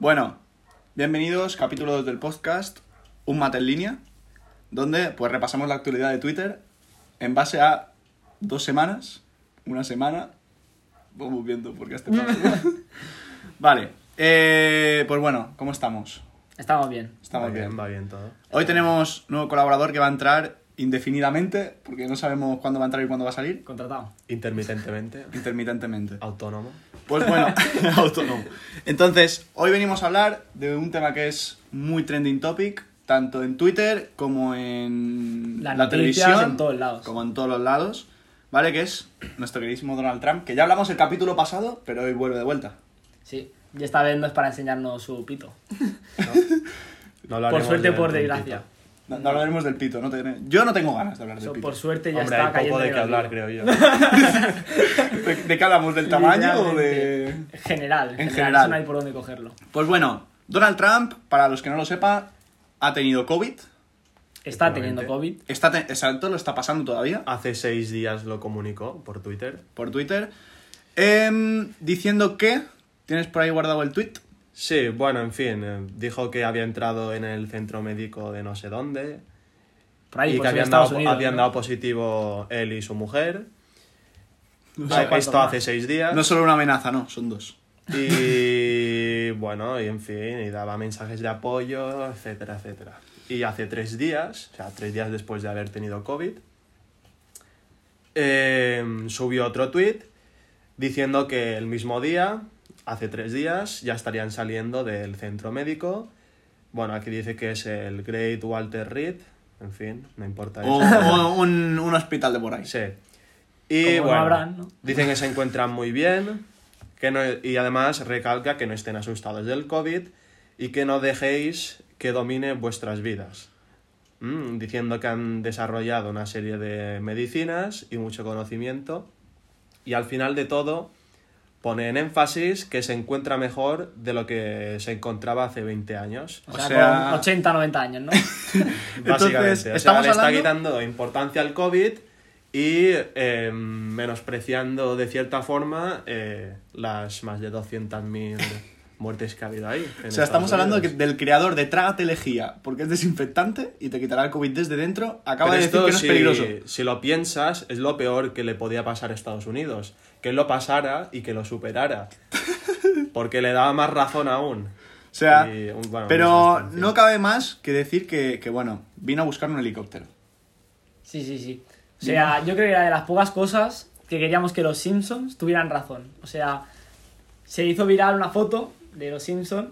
Bueno, bienvenidos, capítulo 2 del podcast, Un Mate en Línea, donde pues repasamos la actualidad de Twitter en base a dos semanas, una semana, vamos viendo por qué este paso. vale, eh, pues bueno, ¿cómo estamos? Estamos bien. Estamos va bien. va bien todo. Hoy tenemos nuevo colaborador que va a entrar indefinidamente, porque no sabemos cuándo va a entrar y cuándo va a salir, Contratado. Intermitentemente, intermitentemente. autónomo. Pues bueno, autónomo. Entonces, hoy venimos a hablar de un tema que es muy trending topic, tanto en Twitter como en Las la noticias, televisión. en todos lados. Como en todos los lados, ¿vale? Que es nuestro queridísimo Donald Trump, que ya hablamos el capítulo pasado, pero hoy vuelve de vuelta. Sí. Y esta vez no es para enseñarnos su pito. No Por hablaremos suerte, del por tontito. desgracia. No, no hablaremos del pito, no te- yo no tengo ganas de hablar del Eso, pito. por suerte ya Hombre, está hay cayendo poco de en qué el hablar, olvido. creo yo. ¿De, de qué hablamos? ¿Del tamaño o de...? Literalmente. General, en general, general. Eso no hay por dónde cogerlo. Pues bueno, Donald Trump, para los que no lo sepa, ha tenido COVID. Está teniendo COVID. Está te- Exacto, lo está pasando todavía. Hace seis días lo comunicó por Twitter. por Twitter, em, diciendo que tienes por ahí guardado el tweet. Sí, bueno, en fin, eh, dijo que había entrado en el centro médico de no sé dónde Por ahí, y por sobre que habían Estados dado, Unidos. habían ¿no? dado positivo él y su mujer. No Ah, sé cuántos Esto más. hace seis días. No es solo una amenaza, no, son dos. Y bueno, y en fin, y daba mensajes de apoyo, etcétera, etcétera. Y hace tres días, o sea, tres días después de haber tenido COVID, eh, subió otro tweet diciendo que el mismo día, hace tres días, ya estarían saliendo del centro médico. Bueno, aquí dice que es el Great Walter Reed, en fin, no importa. O, eso. o un, un hospital de por ahí. Sí. Y Como no bueno, habrán, ¿no? dicen que se encuentran muy bien que no, y además recalca que no estén asustados del COVID y que no dejéis que domine vuestras vidas. Mm, diciendo que han desarrollado una serie de medicinas y mucho conocimiento y al final de todo pone en énfasis que se encuentra mejor de lo que se encontraba hace 20 años. O O sea, sea- con 80, 90 años, ¿no? Básicamente, Entonces, o sea, estamos le está hablando- quitando importancia al COVID y eh, menospreciando de cierta forma eh, las más de 200.000 muertes que ha habido ahí. en O sea, estamos Estados hablando que- Unidos. del creador de Trágate Lejía, porque es desinfectante y te quitará el COVID desde dentro. Acaba Pero de decir esto, que no es si- peligroso. Si lo piensas, es lo peor que le podía pasar a Estados Unidos. Que él lo pasara y que lo superara. Porque le daba más razón aún. O sea, Y un- bueno, un pero desastre, en fin. no cabe más que decir que, que, bueno, vino a buscar un helicóptero. Sí, sí, sí. O sea, yo creo que era de las pocas cosas que queríamos que los Simpsons tuvieran razón. O sea, se hizo viral una foto de los Simpsons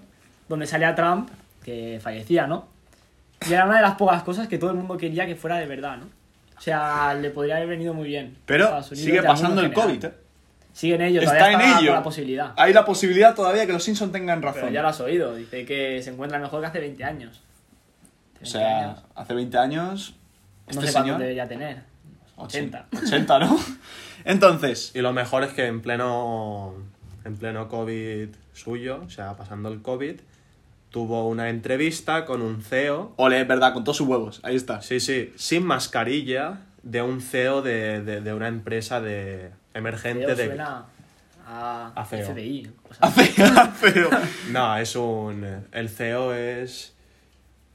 donde salía Trump, que fallecía, ¿no? Y era una de las pocas cosas que todo el mundo quería que fuera de verdad, ¿no? O sea, le podría haber venido muy bien. a Pero Estados Unidos y sigue al pasando mundo en el general. COVID, ¿eh? Sigue en ello, Está todavía en está ello. la posibilidad. Hay la posibilidad todavía que los Simpson tengan Pero razón. ya lo has oído, dice que se encuentra mejor que hace 20 años. O 20 años. sea, hace 20 años. Este no sé cuánto señor. debería tener. 80. 80, ¿no? Entonces, Y lo mejor es que en pleno, en pleno COVID suyo, o sea, pasando el COVID, tuvo una entrevista con un CEO, ole, es verdad, con todos sus huevos, ahí está. sí, sí, sin mascarilla, de un CEO de, de- de una empresa de emergente Feo de... E suena a, a feo. FBI. o sea, Hace feo. No, es un... El CEO es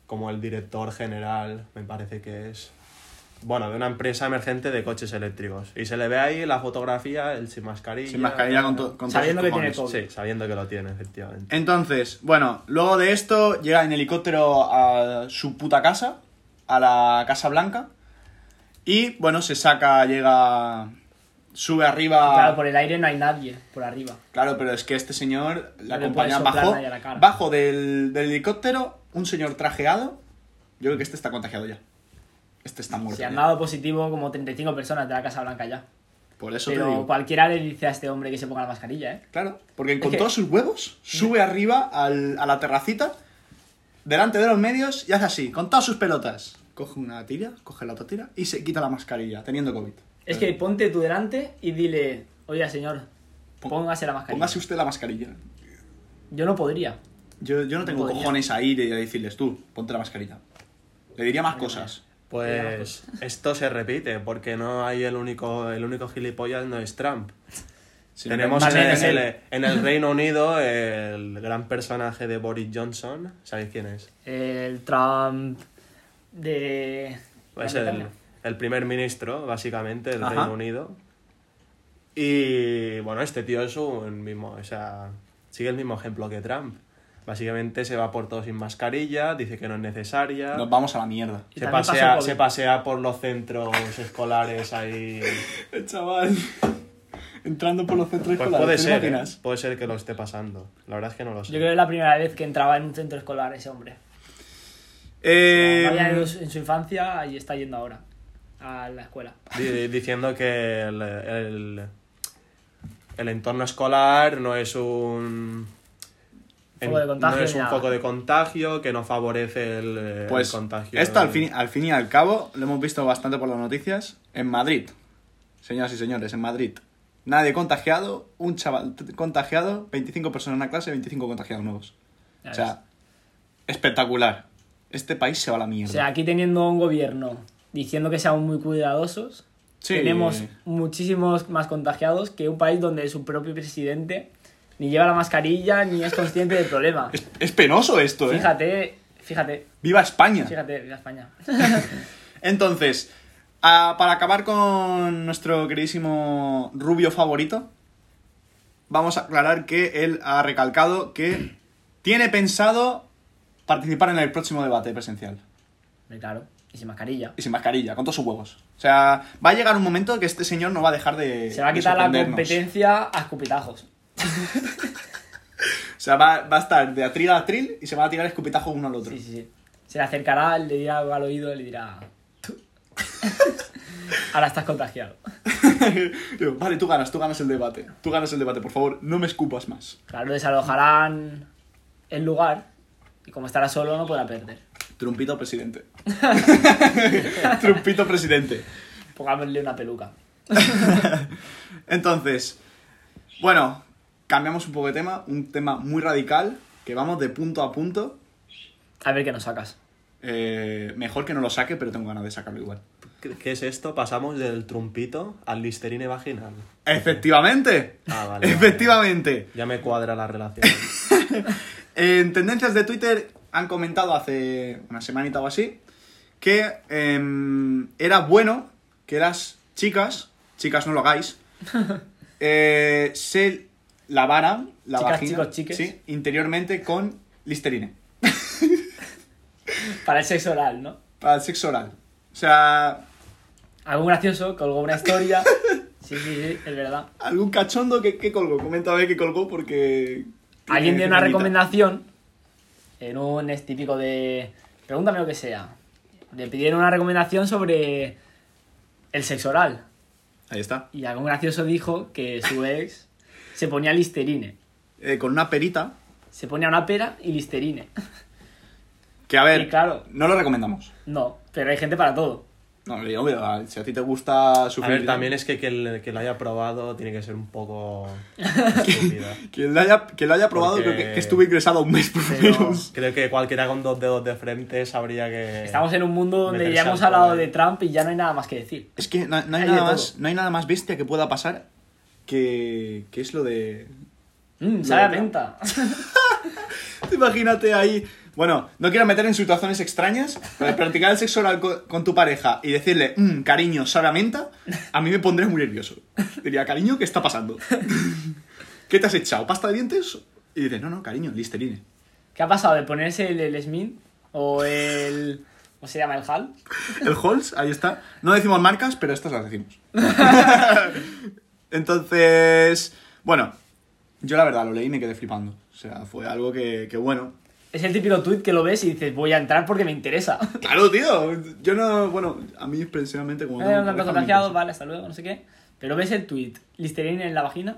como el director general, me parece que es. Bueno, de una empresa emergente de coches eléctricos. Y se le ve ahí la fotografía, el sin mascarilla. Sin mascarilla con, to- con todos Sabiendo sus que tiene cojones. COVID. Sí, sabiendo que lo tiene, efectivamente. Entonces, bueno, luego de esto llega en helicóptero a su puta casa, a la Casa Blanca. Y bueno, se saca, llega. Sube arriba. Claro, por el aire no hay nadie, por arriba. Claro, pero es que este señor, la No le compañía puede soplar bajó, nadie a la cara. bajo del, del helicóptero, un señor trajeado. Yo creo que este está contagiado ya. Este está muerto. Se han ya. dado positivo como 35 personas de la Casa Blanca ya. Por eso te Pero digo. cualquiera le dice a este hombre que se ponga la mascarilla, ¿eh? Claro, porque con que- todos sus huevos sube arriba al- a la terracita, delante de los medios, y hace así, con todas sus pelotas. Coge una tira, coge la otra tira y se quita la mascarilla, teniendo COVID. Es Eh. que ponte tú delante y dile, oye señor, Pon- póngase la mascarilla. Póngase usted la mascarilla. Yo no podría. Yo, yo no tengo Podría. cojones ahí de decirles tú, ponte la mascarilla. Le diría más cosas. Pues esto se repite, porque no hay el único, el único gilipollas no es Trump. Si no Tenemos tenemos- en, Vale, él. en el, en el Reino Unido el gran personaje de Boris Johnson. ¿Sabéis quién es? El Trump de... Es Gran el, Bretaña. el primer ministro, básicamente, del Ajá. Reino Unido. Y bueno, este tío es un mismo, o sea, sigue el mismo ejemplo que Trump. Básicamente se va por todo sin mascarilla, dice que no es necesaria. Nos vamos a la mierda. Y se, también pasa pasea, COVID. se pasea por los centros escolares ahí. El chaval entrando por los centros Pues escolares. puede ¿te ser, ¿eh? imaginas? puede ser que lo esté pasando. La verdad es que no lo sé. Yo creo que es la primera vez que entraba en un centro escolar ese hombre. Eh, No había ido en su infancia y está yendo ahora a la escuela. Di- diciendo que el, el- el entorno escolar no es un Foco de contagio no es ni un nada. foco de contagio que no favorece el, eh, Pues el contagio esto al fin, al fin y al cabo lo hemos visto bastante por las noticias en Madrid. Señoras y señores, en Madrid. Nadie contagiado, un chaval t- contagiado, 25 personas en una clase, 25 contagiados nuevos. Ya o sea, espectacular. Este país se va a la O mierda. sea, aquí teniendo un gobierno diciendo que seamos muy cuidadosos, Sí. tenemos muchísimos más contagiados que un país donde su propio presidente ni lleva la mascarilla ni es consciente del problema. es, es penoso esto, ¿eh? Fíjate, fíjate, ¡Viva España! fíjate, viva España. Entonces, a- para acabar con nuestro queridísimo rubio favorito, vamos a aclarar que él ha recalcado que tiene pensado participar en el próximo debate presencial. Hombre, claro, y sin mascarilla. Y sin mascarilla, con todos sus huevos. O sea, va a llegar un momento que este señor no va a dejar de. Se va a de quitar la sorprendernos. competencia a escupitajos. O sea, va, va a estar de atril a atril y se va a tirar escupitajos uno al otro. Sí, sí, sí. Se le acercará, le dirá algo al oído, le dirá... "Tú". Ahora estás contagiado. Yo, vale, tú ganas, tú ganas el debate. Tú ganas el debate, por favor, no me escupas más. Claro, desalojarán el lugar y como estará solo no podrá perder. Trumpito presidente. Trumpito presidente. Pongámosle una peluca. Entonces, bueno, cambiamos un poco de tema, un tema muy radical, que vamos de punto a punto. A ver qué nos sacas. Eh, mejor que no lo saque, pero tengo ganas de sacarlo igual. ¿Qué- ¿Qué es esto? Pasamos del trumpito al listerine vaginal. Efectivamente. Ah, vale, vale. Efectivamente. Ya me cuadra la relación. En tendencias de Twitter han comentado hace una semanita o así que em, era bueno que las chicas, chicas no lo hagáis, eh, se lavaran la Chicas, vagina chicos, chiques. sí, interiormente con listerine. Para el sexo oral, ¿no? Para el sexo oral. O sea, Algo gracioso, colgó una historia. Sí, sí, sí, es verdad. algún cachondo que, que colgó. Comenta a ver qué colgó porque. tiene Alguien tiene una pinta. recomendación en un es típico de. Pregúntame lo que sea. Le pidieron una recomendación sobre el sexo oral. Ahí está. Y algo gracioso dijo que su ex se ponía listerine. Eh, con una perita. Se ponía una pera y listerine. Que a ver, Y claro. no lo recomendamos. No, No, pero hay gente para todo. hombre, hombre, si a ti te gusta A sufrir. ver, también es que quien, le- quien lo haya probado tiene que ser un poco... estúpida. Quien lo haya, quien lo haya probado, Porque- creo que, que estuve ingresado un mes por lo Pero- menos. Creo que cualquiera con dos dedos de frente sabría Eh, que... Estamos en un mundo donde meterse ya hemos al hablado poder. de Trump y ya no hay nada más que decir. Es que no, no hay Hay nada de más, todo. no hay nada más bestia que pueda pasar que, que es lo de. Mm, sabe a de Trump. menta. Imagínate ahí. Bueno, no quiero meter en situaciones extrañas, pero practicar el sexo oral co- con, tu pareja y decirle, "Mm, cariño, sabe a menta, a mí me pondré muy nervioso. Diría, cariño, ¿qué está pasando? ¿Qué te has echado? ¿Pasta de dientes? Y dices, no, no, cariño, listerine. ¿Qué ha pasado? ¿De ponerse el, el Smith o el. ¿Cómo se llama? ¿El Hal? El Halls, ahí está. No decimos marcas, pero estas las decimos. Entonces, bueno, yo la verdad lo leí y me quedé flipando. O sea, fue algo que, que bueno. Es el típico tweet que lo ves y dices, voy a entrar porque me interesa. Eh, Claro, tío. Yo no, bueno, a mí personalmente como... Eh, tengo me han pareja, me contagiado, interesa. vale, hasta luego, no sé qué. Pero ves el tweet, Listerine en la vagina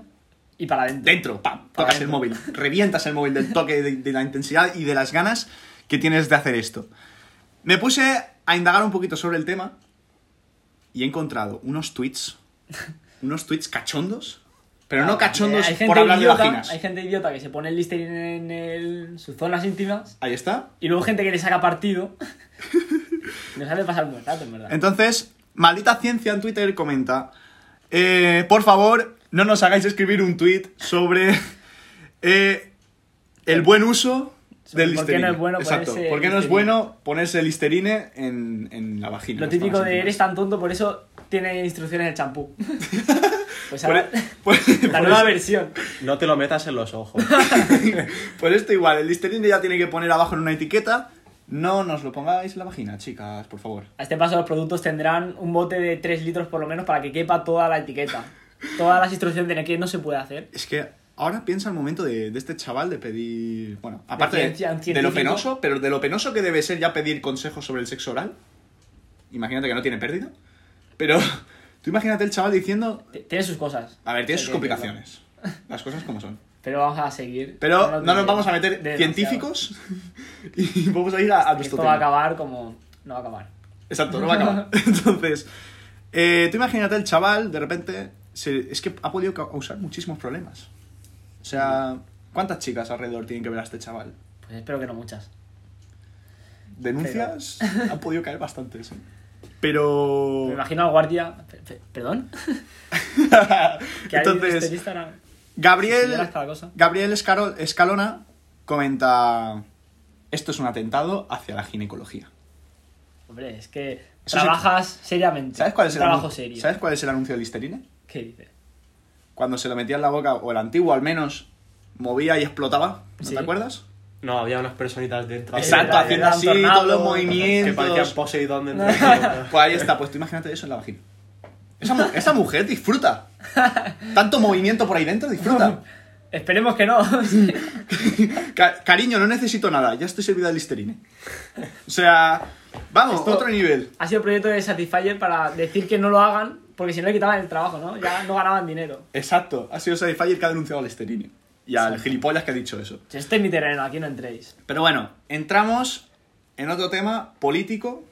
y para adentro. Dentro, pam, tocas el móvil, revientas el móvil del toque, de, de la intensidad y de las ganas que tienes de hacer esto. Me puse a indagar un poquito sobre el tema y he encontrado unos tweets, unos tweets cachondos, pero no cachondos Eh, hay gente por hablar idiota, de vaginas. Hay gente idiota que se pone el Listerine en el- sus zonas íntimas Ahí está. y luego gente que le saca partido. Nos hace pasar un buen rato, en verdad. Entonces, maldita ciencia en Twitter comenta, eh, por favor, no nos hagáis escribir un tweet sobre eh, el buen uso Sobre del por qué listerine. no es bueno Exacto. ponerse ¿Por qué no es Listerine? bueno ponerse listerine en, en la vagina? Lo las típico zonas de eres íntimas? tan tonto, por eso tiene instrucciones el champú. Pues Por, e- ahora, por- la por nueva esto- versión. No te lo metas en los ojos. por pues esto igual, el listerine ya tiene que poner abajo en una etiqueta. No nos lo pongáis en la vagina, chicas, por favor. A este paso los productos tendrán un bote de 3 litros por lo menos para que quepa toda la etiqueta. Todas las instrucciones de que no se puede hacer. Es que ahora piensa el momento de, de este chaval de pedir. Bueno, aparte de, ciencia- un de lo científico. penoso, pero de lo penoso que debe ser ya pedir consejos sobre el sexo oral. Imagínate que no tiene pérdida. Pero tú imagínate el chaval diciendo. T- Tiene sus cosas. A ver, tiene Hay sus que decirlo. complicaciones. Las cosas como son. Pero vamos a seguir. Pero no nos vamos a meter demasiado. científicos y vamos a ir a, a nuestro Esto va a tema. acabar como. No va a acabar. Exacto, no va a acabar. Entonces, eh, tú imagínate el chaval, de repente, se- es que ha podido ca- causar muchísimos problemas. O sea, ¿cuántas chicas alrededor tienen que ver a este chaval? Pues espero que no muchas. Denuncias han podido caer bastantes. ¿eh? Me Pero. imagino al guardia. pe- pe- ¿Perdón? Que hay este en Entonces, Instagram. Gabriel, señora, cada cosa. Gabriel Escaro- Escalona comenta: Esto es un atentado hacia la ginecología. Hombre, es que Eso trabajas seriamente. ¿Sabes cuál es Un el trabajo anuncio- serio? ¿Sabes cuál es el anuncio de Listerine? ¿Qué dices? Cuando se lo metía en la boca, o el antiguo al menos, movía y explotaba. ¿No Sí. te acuerdas? No, había unas personitas dentro. Exacto, haciendo era- era un así tornado, todos los Que movimientos. parecían Poseidón dentro. de la boca. Pues ahí está, pues tú imagínate eso en la vagina. Esa, mu- esa mujer disfruta. Tanto movimiento por ahí dentro, disfruta. Esperemos que no. Ca- cariño, no necesito nada, ya estoy servida de Listerine. O sea, vamos, Esto- otro nivel. ha sido proyecto de Satisfyer para decir que no lo hagan, porque si no le quitaban el trabajo, ¿no? Ya no ganaban dinero. Exacto, ha sido Satisfyer que ha denunciado a Listerine. Y al gilipollas que ha dicho eso. Si este es mi terreno, aquí no entréis. Pero bueno, entramos en otro tema político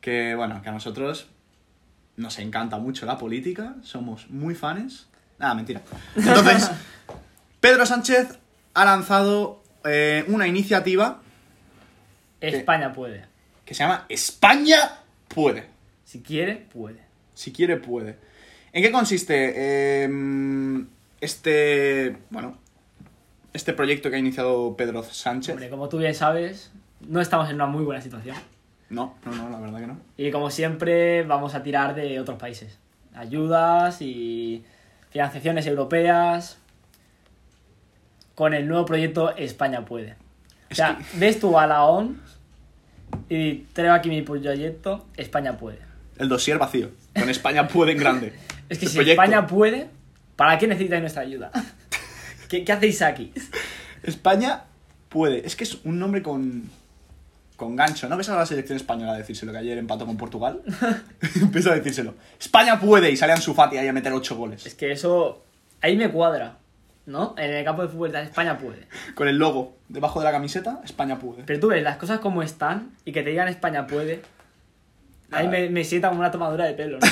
que, bueno, que a nosotros nos encanta mucho la política, somos muy fans. Nada, mentira. Entonces, Pedro Sánchez ha lanzado eh, una iniciativa España puede. que se llama España puede. Si quiere, puede. Si quiere, puede. ¿En qué consiste eh, este, bueno, este proyecto que ha iniciado Pedro Sánchez? Hombre, como tú bien sabes, no estamos en una muy buena situación. No, no, no, la verdad que no. Y como siempre, vamos a tirar de otros países. Ayudas y financiaciones europeas. Con el nuevo proyecto España puede. O sea, ves tú a la OMS y traigo aquí mi proyecto España puede. El dossier vacío. Con España puede en grande. Es que El si proyecto. España puede, ¿para qué necesitáis nuestra ayuda? ¿Qué, qué hacéis aquí? España puede. Es que es un nombre con. con gancho. ¿No ves a la selección española a decírselo? Que ayer empató con Portugal. Empieza a decírselo. España puede. Y sale Anzufati ahí a meter ocho Es goles. que eso ahí me cuadra, ¿no? En el campo de fútbol España puede. Con el logo debajo de la camiseta, España puede. Pero tú ves las cosas como están y que te digan España puede. Ahí me, me sienta como una tomadura de pelo, ¿no?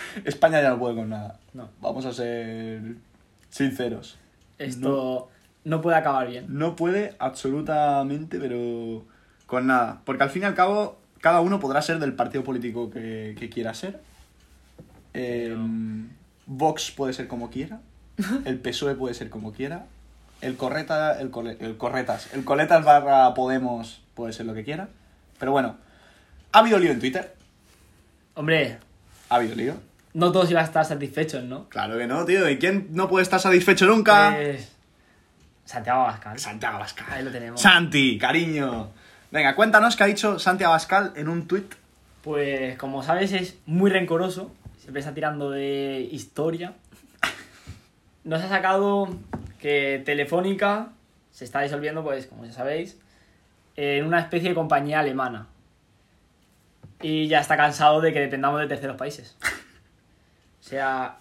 España ya no puede con nada. No. Vamos a ser sinceros. Esto no, puede acabar bien. No puede absolutamente, pero con nada. Porque al fin y al cabo, cada uno podrá ser del partido político que, que quiera ser. Eh, Vox puede ser como quiera. El PSOE E puede ser como quiera. El Correta, el, Cole- el Corretas, el Coletas barra Podemos puede ser lo que quiera. Pero bueno, ha habido lío en Twitter. Hombre, Ha habido lío. no todos iban a estar satisfechos, ¿no? Claro que no, tío. ¿Y quién no puede estar satisfecho nunca? Pues, Santiago Abascal. Santiago Abascal. Ahí lo tenemos. Santi, cariño. Venga, cuéntanos qué ha dicho Santi Abascal en un tuit. Pues como sabes es muy rencoroso, siempre está tirando de historia. Nos ha sacado que Telefónica se está disolviendo, pues como ya sabéis, en una especie de compañía alemana. Y ya está cansado de que dependamos de terceros países. O sea,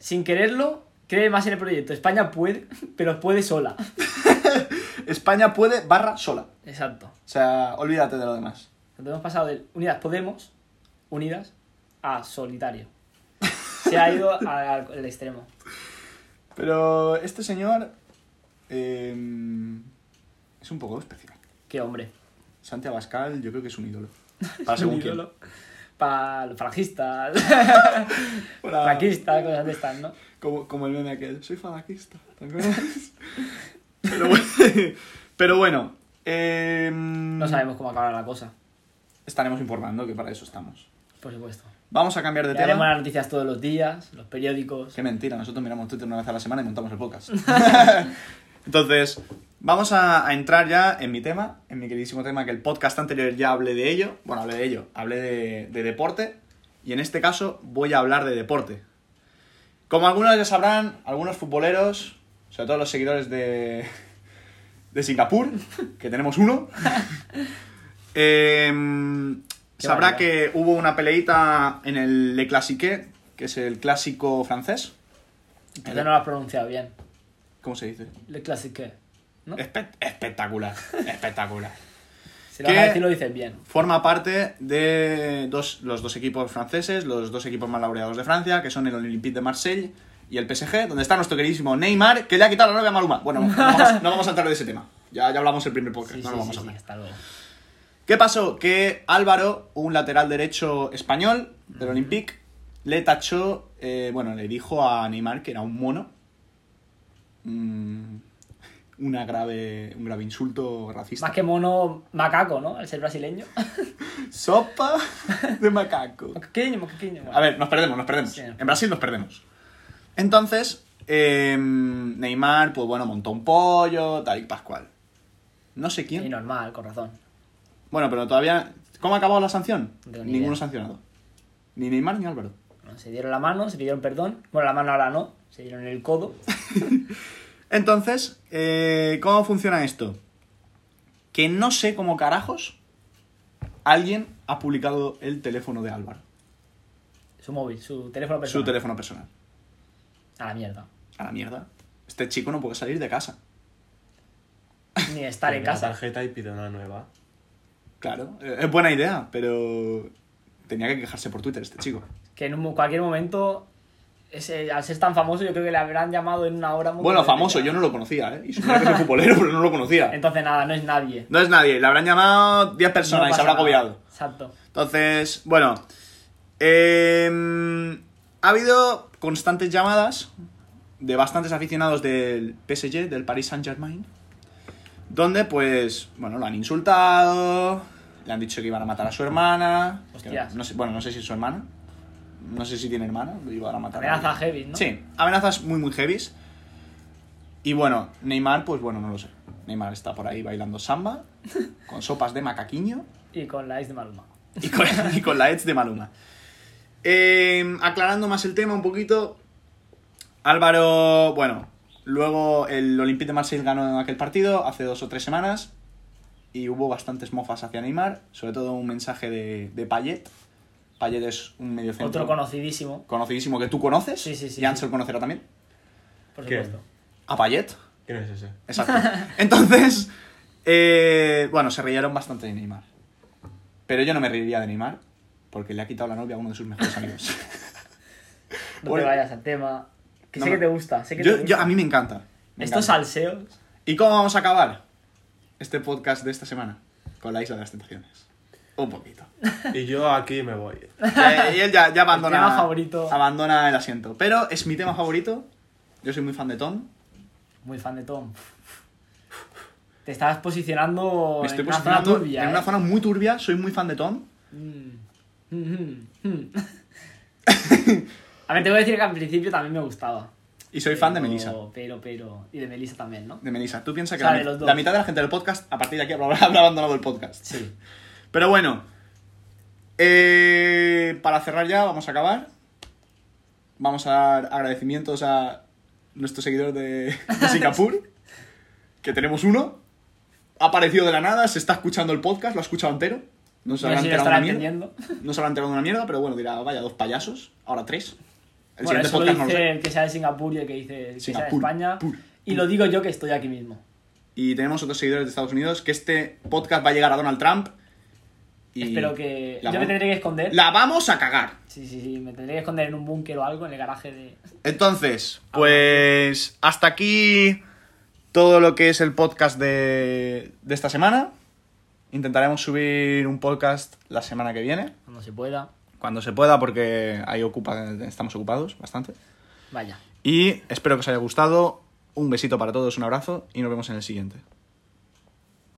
sin quererlo, cree más en el proyecto. España puede, pero puede sola. España puede barra sola. O Exacto. sea, olvídate de lo demás. Entonces hemos pasado de Unidas Podemos, Unidas, a solitario. Se ha ido al, al extremo. Pero este señor eh, es un poco especial. Qué hombre. Santi Abascal yo creo que es un ídolo. Para según Un quién. ídolo. para los franquistas, Hola. franquistas, cosas de estas, ¿no? Como, como el meme aquel, soy falakista, ¿te acuerdas? pero bueno, pero bueno eh, No sabemos cómo acabará la cosa, estaremos informando que para eso estamos. por supuesto. Vamos a cambiar de Le haremos tema. las noticias todos los días, los periódicos. Qué mentira, nosotros miramos Twitter una vez a la semana y montamos el podcast. Entonces, vamos a, a entrar ya en mi tema, en mi queridísimo tema, que el podcast anterior ya hablé de ello. Bueno, hablé de ello, hablé de, de deporte. Y en este caso voy a hablar de deporte. Como algunos ya sabrán, algunos futboleros, sobre todo los seguidores de, de Singapur, que tenemos uno, em, Qué sabrá barbaridad. que hubo una peleita en el Le Classique, que es el clásico francés. Entonces no lo has pronunciado bien. ¿Cómo se dice? Le classique. ¿no? Espe- espectacular, espectacular. Si lo vas ¿Qué? a decir, lo dices bien. Forma parte de dos, los dos equipos franceses, los dos equipos más laureados de Francia, que son el Olympique de Marseille y el PSG, donde está nuestro queridísimo Neymar, que le ha quitado la novia a Maluma. Bueno, no vamos, no vamos a entrar de ese tema. Ya, ya hablamos el primer podcast, Sí, no sí, lo vamos sí, a sí, hablar. hasta luego. ¿Qué pasó? Que Álvaro, un lateral derecho español del Olympique, le tachó, eh, bueno, le dijo a Neymar que era un mono. Mm, una grave, un grave insulto racista. Más que mono, macaco, ¿no? Al ser brasileño. Sopa de macaco. Macaqueño, macaqueño. bueno. A ver, nos perdemos, nos perdemos. Sí. En Brasil nos perdemos. Entonces, em, Neymar, pues bueno, montó un pollo, tal y pascual. No sé Y quién. normal, con razón. Bueno, pero todavía... ¿Cómo ha acabado la sanción? No tengo ni Ninguno idea. sancionado. Ni Neymar ni Álvaro. Bueno, se dieron la mano, se pidieron perdón. Bueno, la mano ahora no, se dieron el codo. Entonces, eh, ¿cómo funciona esto? Que no sé cómo carajos alguien ha publicado el teléfono de Álvaro. Su móvil, su teléfono personal. Su teléfono personal. A la mierda. A la mierda. Este chico no puede salir de casa. Ni estar en Tiene la casa. tarjeta y pide una nueva. Claro, eh, es buena idea, pero tenía que quejarse por Twitter este chico. Que en un mo- cualquier momento, ese- al ser tan famoso, yo creo que le habrán llamado en una hora. muy Bueno, completa. famoso, yo no lo conocía, ¿eh? Y supongo que soy futbolero, pero no lo conocía. Entonces nada, no es nadie. No es nadie, le habrán llamado 10 personas No y se pasa habrá nada. agobiado. Exacto. Entonces, bueno, em, ha habido constantes llamadas de bastantes aficionados del PSG, del Paris Saint-Germain, donde pues, bueno, lo han insultado, le han dicho que iban a matar a su hermana, que Hostias. no sé- bueno, no sé si es su hermana, no sé si tiene hermana, iban a matar a Amenaza alguien. heavy, ¿no? Sí, amenazas muy, muy heavies. Y bueno, Neymar, pues bueno, no lo sé. Neymar está por ahí bailando samba, con sopas de macaquiño Y con la ex de Maluma. y con, y con la ex de Maluma. Eh, aclarando más el tema un poquito, Álvaro, bueno, luego el Olympique de Marseille ganó aquel partido hace dos o tres semanas y hubo bastantes mofas hacia Neymar, sobre todo un mensaje de, de Payet. Payet es un mediocentro Otro conocidísimo, conocidísimo que tú conoces Sí, sí, sí, y Ansel sí. conocerá también. por ¿Quién? supuesto. A Payet. ¿Quién es ese? Exacto. Entonces, eh, bueno, se rieron bastante de Neymar. Pero yo no me reiría de Neymar, porque le ha quitado la novia a uno de sus mejores amigos. No Bueno. te vayas al tema. Que No sé me- que te gusta, sé que te Yo, gusta. yo- a mí me encanta. me Estos encanta. salseos. ¿Y cómo vamos a acabar este podcast de esta semana? Con la isla de las tentaciones. Un poquito. Y yo aquí me voy. Eh, y él ya, ya abandona, tema favorito. abandona el asiento. Pero es mi tema favorito. Yo soy muy fan de Tom. Muy fan de Tom. Te estabas posicionando Me estoy en una zona posicionando turbia. en ¿eh? una zona muy turbia. Soy muy fan de Tom. Mm, mm, mm, mm. A ver, te voy a decir que al principio también me gustaba. Y soy fan de Pero- Melissa. Pero, pero. Y de Melissa también, ¿no? De Melissa. Tú piensas que O sea, la, de mi- los dos. la mitad de la gente del podcast, a partir de aquí, habrá, habrá abandonado el podcast. Sí. Pero bueno, eh, para cerrar ya, vamos a acabar. Vamos a dar agradecimientos a nuestro seguidor de, de Singapur, que tenemos uno. Ha aparecido de la nada, se está escuchando el podcast, lo ha escuchado entero. No se No habrá sé si enterado lo de estará una mierda. entendiendo. No se habrá enterado de una mierda, pero bueno, dirá, vaya, dos payasos, ahora tres. El bueno, siguiente eso lo podcast no dice lo sé. el que sea de Singapur y el que dice el que sea de Singapur, España. pur, y lo digo yo que estoy aquí mismo. Y tenemos otros seguidores de Estados Unidos que este podcast va a llegar a Donald Trump. Y Espero que. la yo me vam- tendré que esconder. La vamos a cagar. Sí, sí, sí. Me tendré que esconder en un búnker o algo, en el garaje de. Entonces, Ah, pues hasta aquí todo lo que es el podcast de, de esta semana. Intentaremos subir un podcast la semana que viene. Cuando se pueda. cuando se pueda porque ahí ocupa, estamos ocupados bastante. Vaya. Y espero que os haya gustado. Un besito para todos, un abrazo y nos vemos en el siguiente.